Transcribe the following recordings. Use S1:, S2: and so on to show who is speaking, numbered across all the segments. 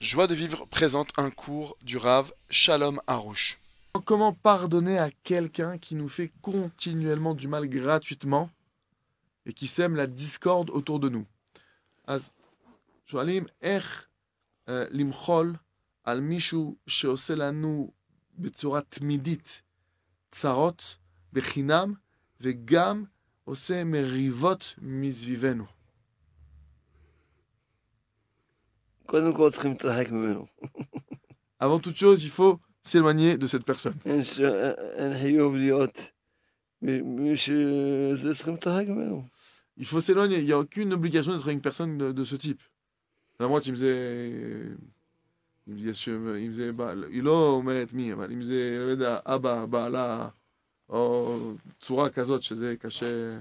S1: Joie de vivre présente un cours du Rave Shalom Harouche.
S2: Comment pardonner à quelqu'un qui nous fait continuellement du mal gratuitement et qui sème la discorde autour de nous אז שואלים איך אה, למחול על מישהו שעושה לנו בצורה תמידית צרות בחינם וגם עושה מריבות מסביבנו.
S3: קודם כל צריכים להתרחק ממנו.
S2: Avant toute chose, il faut s'éloigner de cette personne.
S3: אין, ש... אין חיוב להיות מ- מי שזה צריכים להתרחק ממנו.
S2: Il faut s'éloigner. Il n'y a aucune obligation d'être avec une personne de, de ce type. La moi, il me faisait. Il me disait. je me- Il me disait. bah, Il a אומרת מי, אבל אם זה, לא יודע, אבא, בעלה, או צורה כזאת שזה קשה.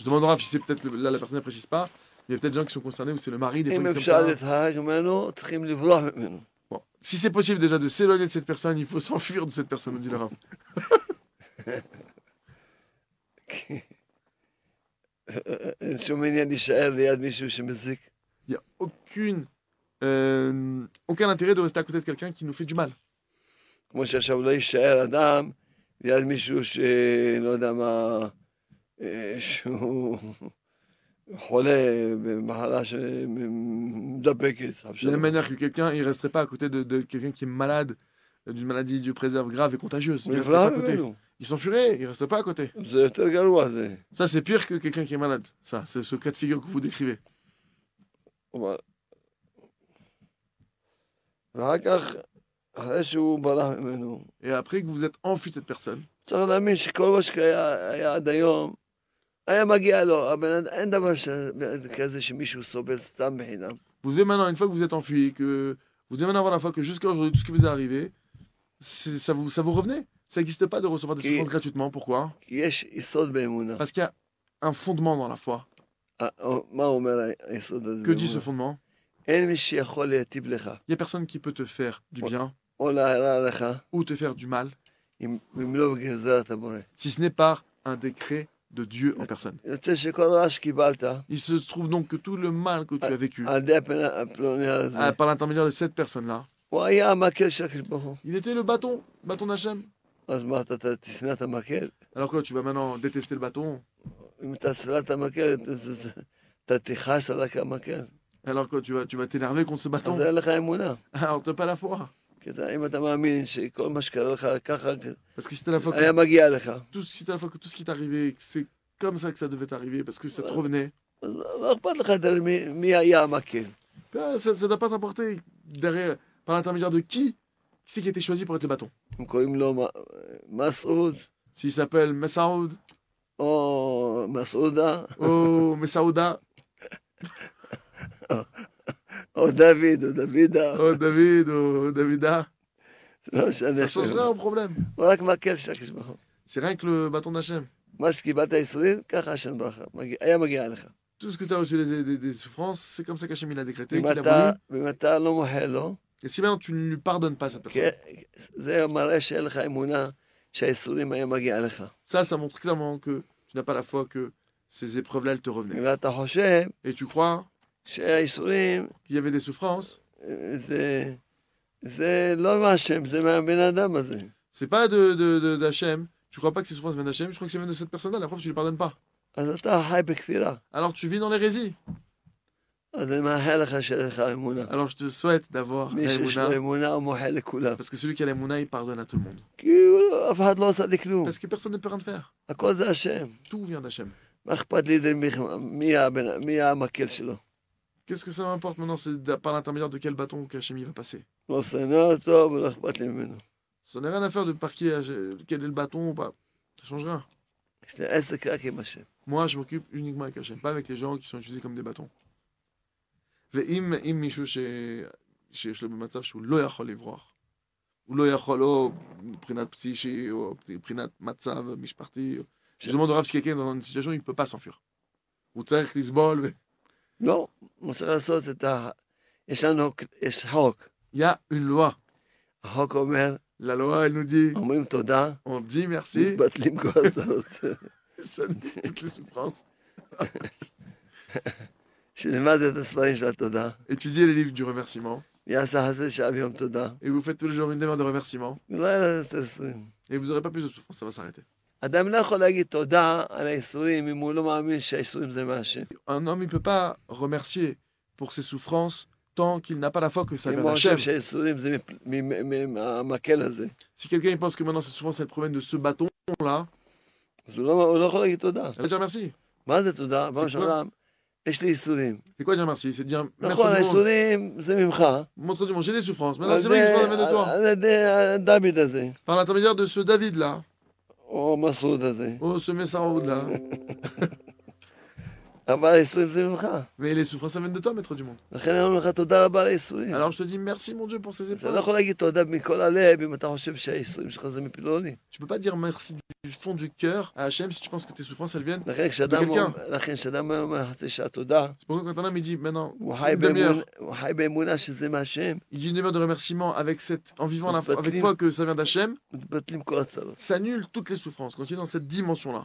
S2: Je demande au Raph si c'est peut-être. le- Là, la personne ne précise pas. Il y a peut-être des gens qui sont concernés où c'est le mari des
S3: אם
S2: fois, il est comme
S3: אפשר
S2: ça.
S3: להתרחק ממנו, צריכים לברוח ממנו.
S2: Bon. Si c'est possible déjà de s'éloigner de cette personne, il faut s'enfuir de cette personne, dit le Raph.
S3: כי- אין שום עניין להישאר ליד מישהו שמזיק.
S2: Il n'y a aucune, euh, aucun intérêt de rester à côté de quelqu'un qui nous fait du mal.
S3: כמו שעכשיו לא יישאר אדם ליד מישהו שלא יודע מה, אה, שהוא חולה במחלה שמדבקת.
S2: De la même manière que quelqu'un, il resterait pas à côté de, de quelqu'un qui est malade, euh, d'une maladie, Dieu préserve, grave et contagieuse. Il
S3: הוא
S2: resterait pas
S3: נברא
S2: à côté.
S3: ממנו.
S2: Il s'enfuirait, il reste pas à côté.
S3: זה יותר גרוע זה.
S2: Ça, c'est pire que quelqu'un qui est malade. Ça, c'est ce cas de figure que vous décrivez.
S3: כלומר, ואחר כך, אחרי שהוא ברח ממנו,
S2: Et après que vous êtes enfui de cette personne,
S3: צריך להאמין שכל מה שהיה היה עד היום, היה מגיע לו. הבן אדם, אין דבר ש- כזה שמישהו סובל סתם בחינם.
S2: vous devez maintenant, une fois que vous êtes enfui, que vous devez maintenant avoir la foi que jusqu'à aujourd'hui, tout ce qui vous est arrivé, c'est- ça vous, ça vous revenait. Ça n'existe pas de recevoir des
S3: Et- Ah.
S2: souffrances gratuitement. Pourquoi
S3: כי יש יסוד באמונה.
S2: Parce qu'il y a un fondement dans la foi.
S3: ה- מה אומר היסוד הזה?
S2: Que dit ce
S3: באמונה?
S2: fondement
S3: אין מי שיכול להיטיב לך
S2: Il n'y a personne qui peut te faire du bien
S3: או להרע לך,
S2: ou te faire du mal
S3: אם אם לא בגזרת הבורא.
S2: si ce n'est par un décret de Dieu en personne.
S3: יוצא שכל רע שקיבלת,
S2: Il se trouve donc que tout le mal que tu as vécu
S3: על ידי הפנ- הפלוני הזה,
S2: euh, par l'intermédiaire de cette personne-là,
S3: הוא היה המקל של הקדוש ברוך הוא.
S2: il était le bâton, bâton d'Hachem.
S3: אז מה, אתה- אתה תשנא את המקל?
S2: Alors quoi, tu vas maintenant détester le bâton
S3: אם אתה תשנא את המקל, אתה- אתה- אתה- אתה תכעס על המקל.
S2: Alors quoi, tu vas tu vas t'énerver contre ce
S3: אז
S2: bâton
S3: אין לך אמונה.
S2: Alors t'as pas la foi.
S3: כי אתה- אם אתה מאמין שכל מה שקרה לך ככה,
S2: Parce que si t'as la foi
S3: היה
S2: que
S3: מגיע לך.
S2: tout, si t'as la foi que tout ce qui t'est arrivé, que c'est comme ça que ça devait t'arriver, parce que ça te revenait,
S3: אז לא לא אכפת לך יותר מי- מי היה המקל.
S2: ben, ça ne doit pas t'importer. Derrière, par l'intermédiaire de qui, qui c'est qui a été choisi pour être le bâton
S3: הם קוראים לו מ- מסעוד,
S2: S'il s'appelle Messaoud
S3: או מסעודה,
S2: ou oh, Messaouda,
S3: או דוד, או דוידה,
S2: ou oh, David, ou Davida,
S3: לא משנה.
S2: ça change rien au problème.
S3: הוא רק מקל של הקדוש ברוך הוא.
S2: C'est rien que le bâton d'Hachem.
S3: מה שקיבלת יסורים, ככה השם ברוך הוא. מגיע- היה מגיע לך.
S2: Tout ce que tu as reçu des, des- des souffrances, c'est comme ça qu'Hachem il a décrété,
S3: אם
S2: qu'il a
S3: אתה-
S2: voulu.
S3: אם אתה לא מוחל לו,
S2: Et si maintenant tu ne lui pardonnes pas cette personne,
S3: כי- כן, זה מראה שאין לך אמונה שהייסורים היה מגיע לך.
S2: ça, ça montre clairement que tu n'as pas la foi que ces épreuves-là, elles te revenaient.
S3: אם אתה חושב
S2: Et tu crois
S3: שהייסורים
S2: qu'il y avait des souffrances,
S3: אה, זה- זה לא מהשם, זה מהבן אדם הזה.
S2: c'est pas de, de, de- d'Hachem. Tu crois pas que ces souffrances viennent d'Hachem, je crois que ça vient de cette personne-là. La preuve, tu ne lui pardonnes pas.
S3: אז אתה חי בכפירה.
S2: Alors tu vis dans l'hérésie.
S3: אז אני מאחל לך שיהיה לך אמונה.
S2: Alors je te souhaite d'avoir
S3: מי שיש
S2: l'aïmouna.
S3: לו אמונה הוא מוחל לכולם.
S2: Parce que celui qui a l'aïmouna, il pardonne à tout le monde.
S3: כי הוא- אף אחד לא עשה לי כלום.
S2: Parce que personne ne peut rien te faire.
S3: הכל זה השם.
S2: Tout vient d'Hachem.
S3: מה אכפת לי זה מי- מי הבן- מי המקל שלו?
S2: Qu'est-ce que ça m'importe maintenant C'est d'a- par l'intermédiaire de quel bâton qu'Hachem il va passer.
S3: לא שנא אותו ולא אכפת לי ממנו.
S2: Ça n'a rien à faire de par qui est- euh, quel est le bâton ou pas. Ça change rien.
S3: יש לי עסק רק עם השם.
S2: Moi, je m'occupe uniquement avec Hachem, pas avec les gens qui sont utilisés comme des bâtons. ואם אם מישהו ש... שיש לו במצב שהוא לא יכול לברוח, הוא לא יכול, או מבחינת פסיכי, או מבחינת מצב משפחתי, או... je demande au Rav si quelqu'un est dans une situation, il ne peut pas s'enfuir. הוא צריך לסבול, ו...
S3: לא, הוא צריך לעשות את ה... יש לנו, יש חוק.
S2: il y a une loi.
S3: החוק אומר,
S2: La loi, elle nous dit,
S3: אומרים תודה,
S2: on dit merci,
S3: מתבטלים כל הזאת.
S2: ça nous dit toutes les souffrances.
S3: שנלמד את הספרים של התודה,
S2: Étudiez les livres du remerciement,
S3: יעשה חסד שעה ויום תודה. לא
S2: Et vous faites tous les jours une demande de remerciement.
S3: לילה יותר עשרים.
S2: Et vous n'aurez pas plus de souffrance, ça va s'arrêter.
S3: אדם לא יכול להגיד תודה על האיסורים אם הוא לא מאמין שהאיסורים זה מהשם.
S2: Un homme, il ne peut pas remercier pour ses souffrances tant qu'il n'a pas la foi que ça
S3: אם
S2: vient
S3: הוא חושב
S2: d'Hachem.
S3: שהאיסורים זה מפ- מ- מ- מהמקל הזה.
S2: Si quelqu'un il pense que maintenant ses souffrances, elles proviennent de ce bâton-là,
S3: אז הוא לא, הוא לא יכול להגיד תודה.
S2: elle va dire merci.
S3: מה זה תודה?
S2: זה
S3: בראש
S2: כבר-
S3: העולם, יש לי איסורים.
S2: C'est quoi dire merci C'est dire merci
S3: נכון,
S2: au monde.
S3: האיסורים זה ממך.
S2: Montre du monde, j'ai des souffrances.
S3: על
S2: Maintenant, c'est vrai que je prends la
S3: ידי-
S2: main de toi.
S3: על ידי הדוד הזה,
S2: Par l'intermédiaire de ce David-là,
S3: או מסעוד הזה.
S2: oh, ce Messaroud-là.
S3: אבל האיסורים זה ממך.
S2: Mais les souffrances, ça vient de toi, maître du monde.
S3: לכן אני אומר לך תודה רבה על האיסורים.
S2: Alors je te dis merci, mon Dieu, pour ces
S3: אתה לא
S2: épreuves.
S3: יכול להגיד תודה מכל הלב אם אתה חושב שהאיסורים שלך זה מפלוני.
S2: Tu peux pas dire merci du fond du cœur à Hachem si tu penses que tes souffrances, elles viennent.
S3: לכן כשאדם
S2: בגלל
S3: אומר- לכן כשאדם אומר לך תשעה תודה,
S2: C'est pour ça que quand un homme, il dit maintenant,
S3: הוא חי
S2: une demi-heure,
S3: באמונה- הוא חי באמונה שזה מהשם,
S2: il dit une demi-heure de remerciement avec cette, en vivant la, avec foi que ça vient d'Hachem,
S3: מתבטלים כל הצרות.
S2: s'annule toutes les souffrances. Quand il est dans cette dimension-là.